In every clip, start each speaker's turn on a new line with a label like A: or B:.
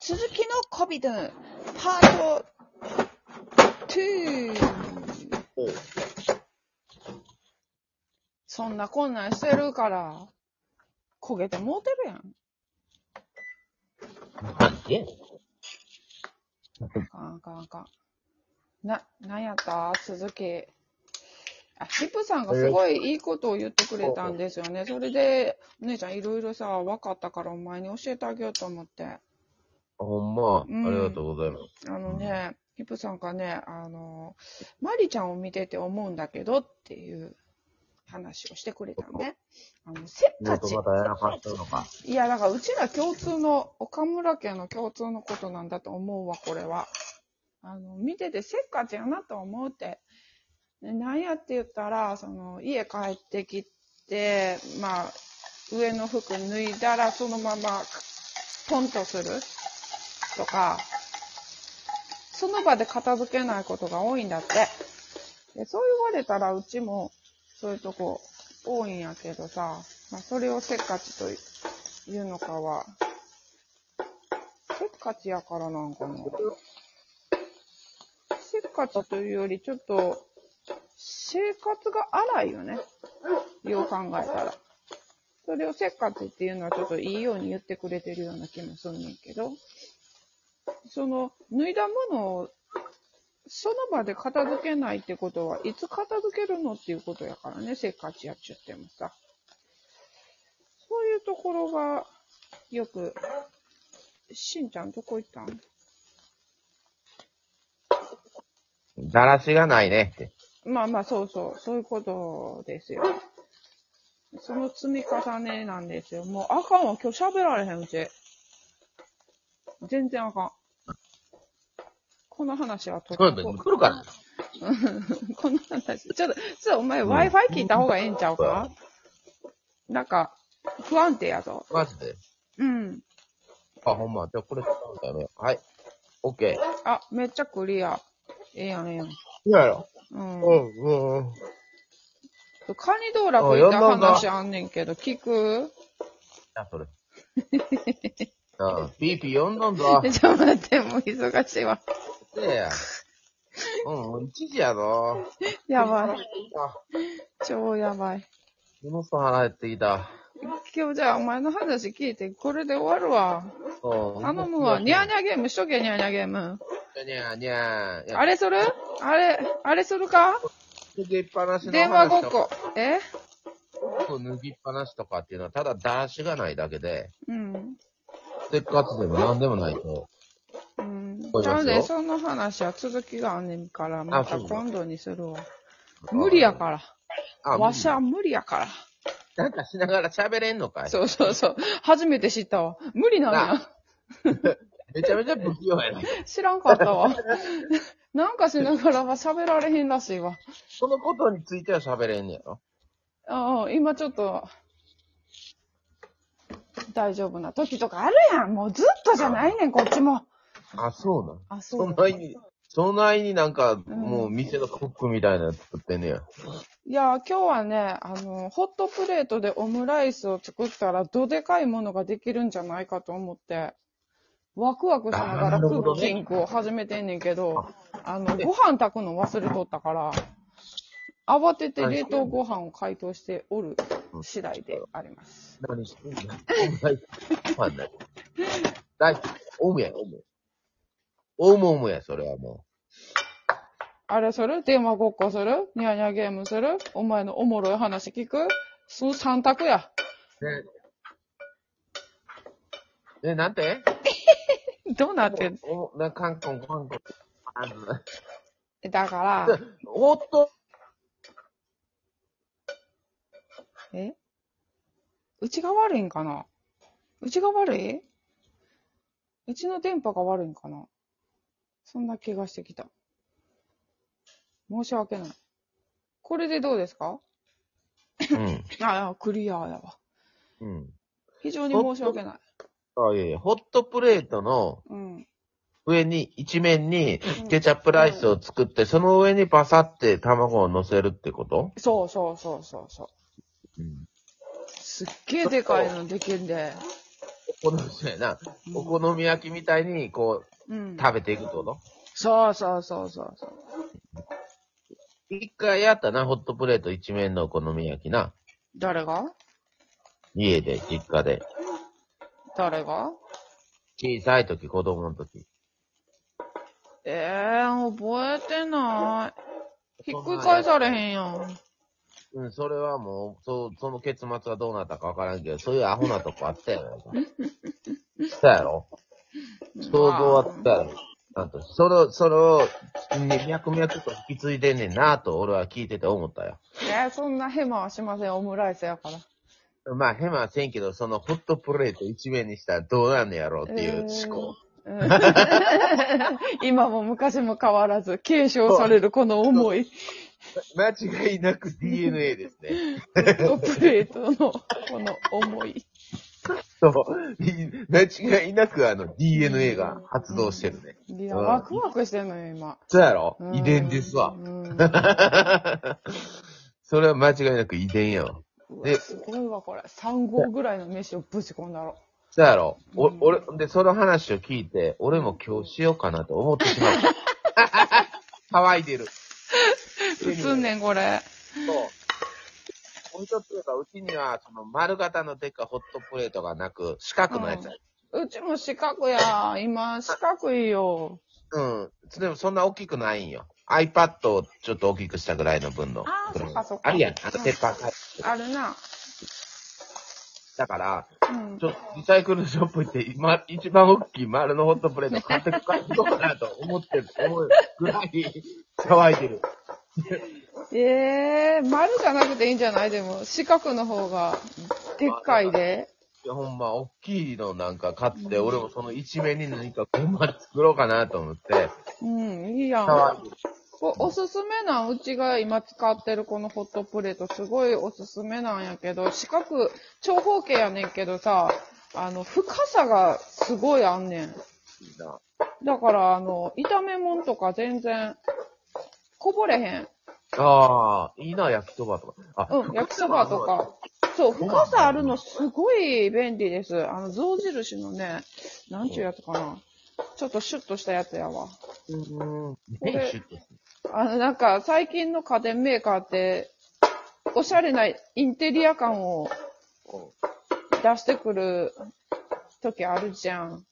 A: 続きのコビドゥン、パート2。
B: おう
A: そんなこんなんしてるから、焦げてもうてるやん。
B: なんで
A: あかんあかんあかん。な、なんやった続き。あ、ヒップさんがすごいいいことを言ってくれたんですよね。それで、お姉ちゃんいろいろさ、分かったからお前に教えてあげようと思って。
B: ほんま、あ
A: うん
B: りがとうございます。
A: あのね、ヒップさんがね、あの、マリちゃんを見てて思うんだけどっていう話をしてくれたのね。あの、せっか
B: 仕
A: ち
B: 事ま。たやらかしたのか。
A: いや、だからうちら共通の、岡村家の共通のことなんだと思うわ、これは。あの、見ててせっかちやなと思うって。でなんやって言ったら、その、家帰ってきて、まあ、上の服脱いだらそのまま、ポンとするとか、その場で片付けないことが多いんだって。で、そう言われたらうちも、そういうとこ多いんやけどさ、まあ、それをせっかちというのかは、せっかちやからなんかな。せっかちというより、ちょっと、生活が荒いよね。よう考えたら。それをせっかちっていうのはちょっといいように言ってくれてるような気もすんねんけど、その、脱いだものを、その場で片付けないってことは、いつ片付けるのっていうことやからね、せっかちやっちゃってもさ。そういうところが、よく、しんちゃんどこ行ったん
B: だらしがないねって。
A: まあまあ、そうそう、そういうことですよ。その積み重ねなんですよ。もう、あかんわ、今日喋られへん、うち。全然あかん。この話はと
B: そういうの来るから。
A: この話。ちょっと、ちょっとお前 Wi-Fi 聞いた方がええんちゃうかなんか、不安定やぞ。
B: マジで。
A: うん。
B: あ、ほんま。じゃあこれ使うんだね。はい。オッケー。
A: あ、めっちゃクリア。ええやん、ええやん。
B: いやろ。
A: うん。
B: うん、うん。
A: カニ道楽行った話あんねんけど、聞く
B: あ、それ。うん。ピーピー呼んどんぞ。
A: え ちょっと待って、もう忙しいわ。
B: せや。うん、一時やぞ。
A: やばい。
B: あ、
A: 超やばい。
B: ものすごい腹減ってきた。
A: 今日じゃあお前の話聞いて、これで終わるわ。
B: うん。
A: 頼むわ。ニャーニ
B: ャ
A: ャーゲームしとけ、ニャーニャーゲーム。
B: ー。ニャーニャー。いや
A: あれするあれ、あれするか
B: 脱ぎっぱなしの
A: 電話
B: 話
A: ごっ
B: とか
A: こ。え
B: 服脱ぎっぱなしとかっていうのは、ただだしがないだけで、
A: うん。
B: せっかちでも何でもないと。
A: うん。
B: こういう
A: な
B: や
A: の
B: つよ
A: で、その話は続きがあんねんから、また
B: そうか
A: 今度にするわ。無理やから。
B: あ、
A: わしゃ無理やか。
B: なんかしながら喋れんのからい
A: そうそうそう。初めて知ったわ。無理なんや。
B: めちゃめちゃ不器用やな。
A: 知らんかったわ。なんかしながらは喋られへんらしいわ。
B: そのことについては喋れんねやろ。
A: ああ、今ちょっと、大丈夫な時とかあるやん。もうずっとじゃないねん、こっちも。
B: あ、そうなん。
A: あ、そ
B: そうの
A: か。
B: 間に、その間になんか、
A: ん
B: もう店のコックみたいなやつ作ってんねや。
A: いや、今日はね、あの、ホットプレートでオムライスを作ったら、どでかいものができるんじゃないかと思って、ワクワクしなが
B: あ
A: ら
B: ーな
A: ク
B: るほど
A: ッ
B: ね
A: キングを始めてんねんけど、あの、ご飯炊くの忘れとったから、慌てて冷凍ご飯を解凍しておる次第であります。
B: 何してんの大ファンだよ。大好き。オウムや、オウム。オウムオウムや、それはも
A: あれする電話ごっこするニャーニャーゲームするお前のおもろい話聞くそう三択や。
B: う。ね。え、なんて
A: どうなってん
B: お、な、韓国、韓国。あの
A: だから、
B: ホット、
A: えうちが悪いんかなうちが悪いうちの電波が悪いんかなそんな気がしてきた。申し訳ない。これでどうですか
B: うん。
A: ああ、クリアやわ。
B: うん。
A: 非常に申し訳ない。
B: あ、いえいえ、ホットプレートの
A: うん。
B: 上に、一面に
A: うん
B: ケチャップライスを作って、その上にパサって卵を乗せるってこと
A: そうそうそうそうそう。
B: うん。
A: すっげえでかいのできんで。
B: お好み、そうやな。
A: うん
B: お好み焼きみたいに、こ
A: う
B: う、
A: ん。
B: 食べていくってこと
A: そうそうそうそうそう。
B: 一回やったな、ホットプレート一面のお好み焼きな。
A: 誰が
B: 家で、実家で。
A: 誰が
B: 小さい時、子供の時。
A: ええ覚えてない。ひっくり返されへんやん。
B: うん、それはもう、そう、その結末はどうなったかわからんけど、そういうアホなとこあったやろ。そうやろ想像はつったやろ。なんと、それを、それを、ね脈々と引き継いでんねんなと、俺は聞いてて思ったよ。
A: えーそんなヘマはしません、オムライスやから。
B: まあ、ヘマはせんけど、そのホットプレート一面にしたらどうなんのやろうっていう思考。
A: うん 今も昔も変わらず、継承されるこの思い、
B: 間違いなく DNA ですね。
A: ホットプレートのこの思い。
B: そう。い間違いなくあの DNA が発動してるね。
A: いや、
B: うん
A: ワクワクしてんのよ、今。
B: そうやろ
A: うん
B: 遺伝 ですわ
A: う。ん
B: それは間違いなく遺伝やわ。
A: う
B: です
A: ごいわ、これ。3号ぐらいの飯をぶち込んだろ。
B: そうやろ
A: う
B: お
A: ん、
B: 俺、で、その話を聞いて、俺も今日しようかなと思ってしま った。騒いでる。
A: うつんねん、これ。
B: そう。もう一つが、うちには、その丸型のでっかいホットプレートがなく、四角のやつや。
A: うちも四角や。今、四角いよ。
B: うん。でもそんな大きくないんよ。iPad をちょっと大きくしたぐらいの分の。
A: あーそっかそっか
B: あるやん。あの、
A: うん
B: 鉄板買い
A: あるな。
B: だから、
A: うん
B: ち。ょっとリサイクルショップ行って、今、一番大きい丸のホットプレート買って帰ってこうかなと思ってる、思うぐらい騒いでる。
A: ええー、丸じゃなくていいんじゃないでも、四角の方が、でっかいで。
B: いや、ほんま、大きいのなんか買って、俺もその一面に何かごま作ろうかなと思って、
A: うん、いいやん。
B: 騒いでる。
A: おおすすめなん、うちが今使ってるこのホットプレート、すごいおすすめなんやけど、四角、長方形やねんけどさ、あの、深さがすごいあんねん。
B: いいな。
A: だから、あの、炒め物とか全然、こぼれへん。
B: ああ、いいな、焼きそばとか。あ、
A: うん、焼きそばとか。そう、深さあるのすごい便利です。あの、象印のね、なんちゅうやつかな。ちょっとシュッとしたやつやわ。
B: うーん。
A: れ
B: ねシュッとする
A: あの、なんか、最近の家電メーカーって、おしゃれなインテリア感を出してくる時あるじゃん。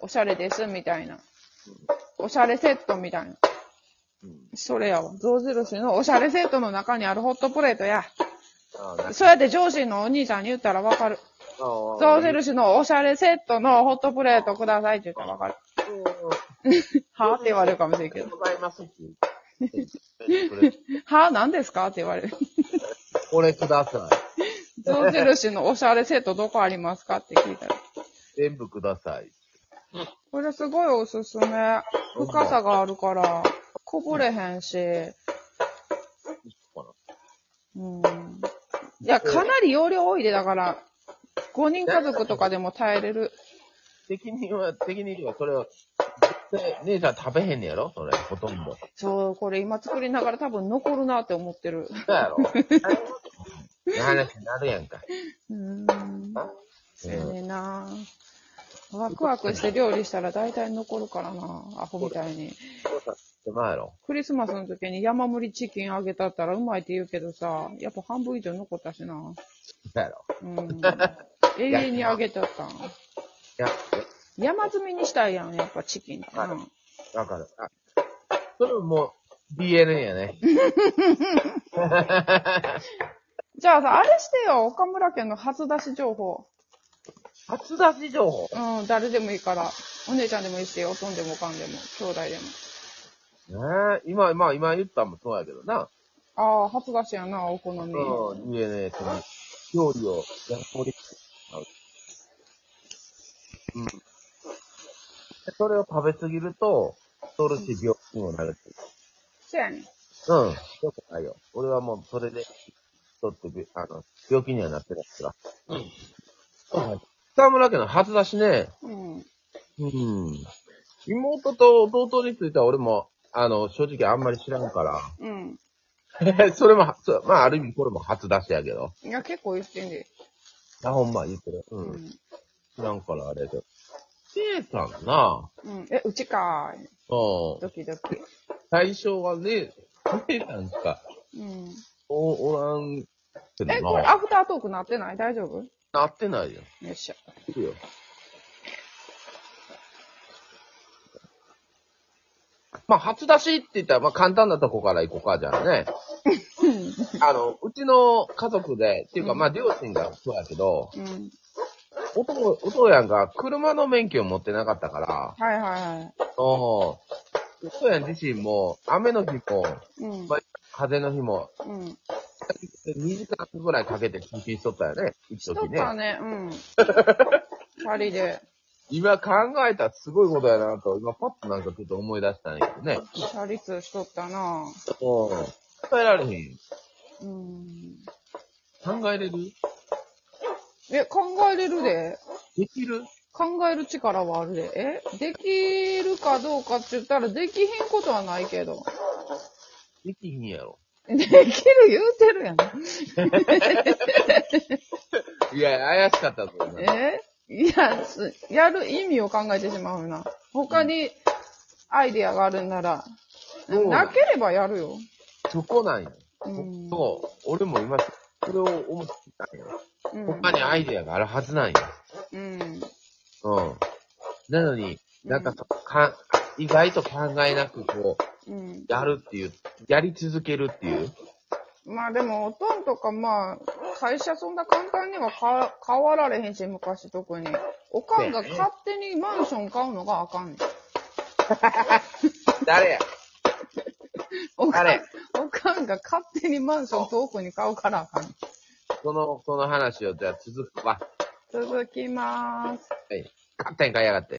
A: おしゃれです、みたいな。おしゃれセットみたいな。
B: うんうん
A: それやわ。象印のおしゃれセットの中にあるホットプレートや。
B: あーなんか
A: そうやって上司のお兄ちゃんに言ったらわかる。
B: あー
A: 象印のおしゃれセットのホットプレートくださいって言ったらわかる。はぁって言われるかもしれんけど。
B: ございますって言って
A: はぁ何ですかって言われる。
B: これくださ
A: 象印のおしゃれセットどこありますかって聞いたら。
B: い。全部ください。
A: これすごいおすすめ。深さがあるから、こぼれへんし。うん。いや、かなり容量多いで、だから、5人家族とかでも耐えれる。
B: 責任は、責任はそれを、絶対姉さん食べへんねやろそれ、ほとんど。
A: そう、これ今作りながら多分残るなって思ってる。
B: そうやろって話になるやんか。
A: うーん。そうやねんな。ワクワクして料理したら大体残るからな。アホみたいに。
B: 手前やろ。
A: クリスマスの時に山盛りチキンあげたったらうまいって言うけどさ、やっぱ半分以上残ったしな。
B: そうやろ。
A: うん。永遠にあげちゃったん。
B: いや、
A: 山積みにしたいやん、やっぱチキンってな。
B: はいわかる。あ、それもう、DNA やね。
A: じゃあさ、あれしてよ、岡村家の初出し情報。
B: 初出し情報
A: うん、誰でもいいから。お姉ちゃんでもいいし、おとんでもおかんでも、兄弟でも。
B: ねえ、今、まあ今言ったんもそうやけどな。
A: ああ、初出しやな、お好み。
B: うん、DNA との料理をやっぱり、うん。それを食べ過ぎると、太るし病気にもなるっていう。
A: そうやねん。
B: うん、よくないよ。俺はもうそれで、太ってび、あの、病気にはなってないから。うん。北村家の初出しね、
A: うん。
B: うん。妹と弟については俺も、あの、正直あんまり知らんから。
A: うん。
B: それも、そうまあ、ある意味これも初出しやけど。
A: いや、結構言ってんで。
B: あ、ほんま、言ってる。うん。
A: ん。
B: 知らんからあれやけど。姉さんな、
A: うん。え、うちかーい。
B: うん。
A: ドキドキ。
B: 最初はね、姉さんしか
A: うん。
B: おおらんけ
A: え、
B: ど
A: これ
B: な。
A: アフタートークなってない大丈夫よ
B: なってないよ。
A: っしゃ。
B: いるよ。まあ、初出しって言ったら、まあ、簡単なとこから行こうか、じゃ あね。あの、うちの家族で、っていうか、まあ、両親がそうやけど、
A: うん。
B: おと、おとやんが車の免許を持ってなかったから、
A: はいはいは
B: おおとやん自身も、雨の日も、
A: い。うん
B: ま。あ風の日も、
A: うん。
B: 2時間ぐらいかけて通勤しとったよね、一
A: しと
B: 時
A: っ
B: ね
A: た。ね。うん。パリで。
B: 今考えたらすごいことやなと、今パッとなんかちょっと思い出したんやけどね。
A: 車率しとったなぁ。
B: おん。考えられへん。
A: うん。
B: 考えれる
A: え、考えれるで。
B: できる
A: 考える力はあるで。えできるかどうかって言ったら、できへんことはないけど。
B: できひんやろ。
A: できる言うてるやん。
B: いや、怪しかったぞ。今
A: えいや、すやる意味を考えてしまうな。他にアイディアがあるんなら、
B: そう
A: なければやるよ。
B: そこなんや。
A: うん
B: そう。俺も今、それを思ってたんや。
A: うん。
B: 他にアイデアがあるはずなんや。
A: うん。
B: うん。なのに、なんかそ、かん、意外と考えなくこう、
A: うん。
B: やるっていう、やり続けるっていう。
A: まあでも、おとんとかまあ、会社そんな簡単にはか変わられへんし、昔特に。おかんが
B: そうやね
A: 勝手にマンション買うのがあかんねん。
B: 誰や
A: おかん
B: 誰、
A: おかんが勝手にマンション遠くに買うからあかん。
B: その、その話をじゃあ続くわ。
A: 続きまーす。
B: はい。勝手に買いやがって。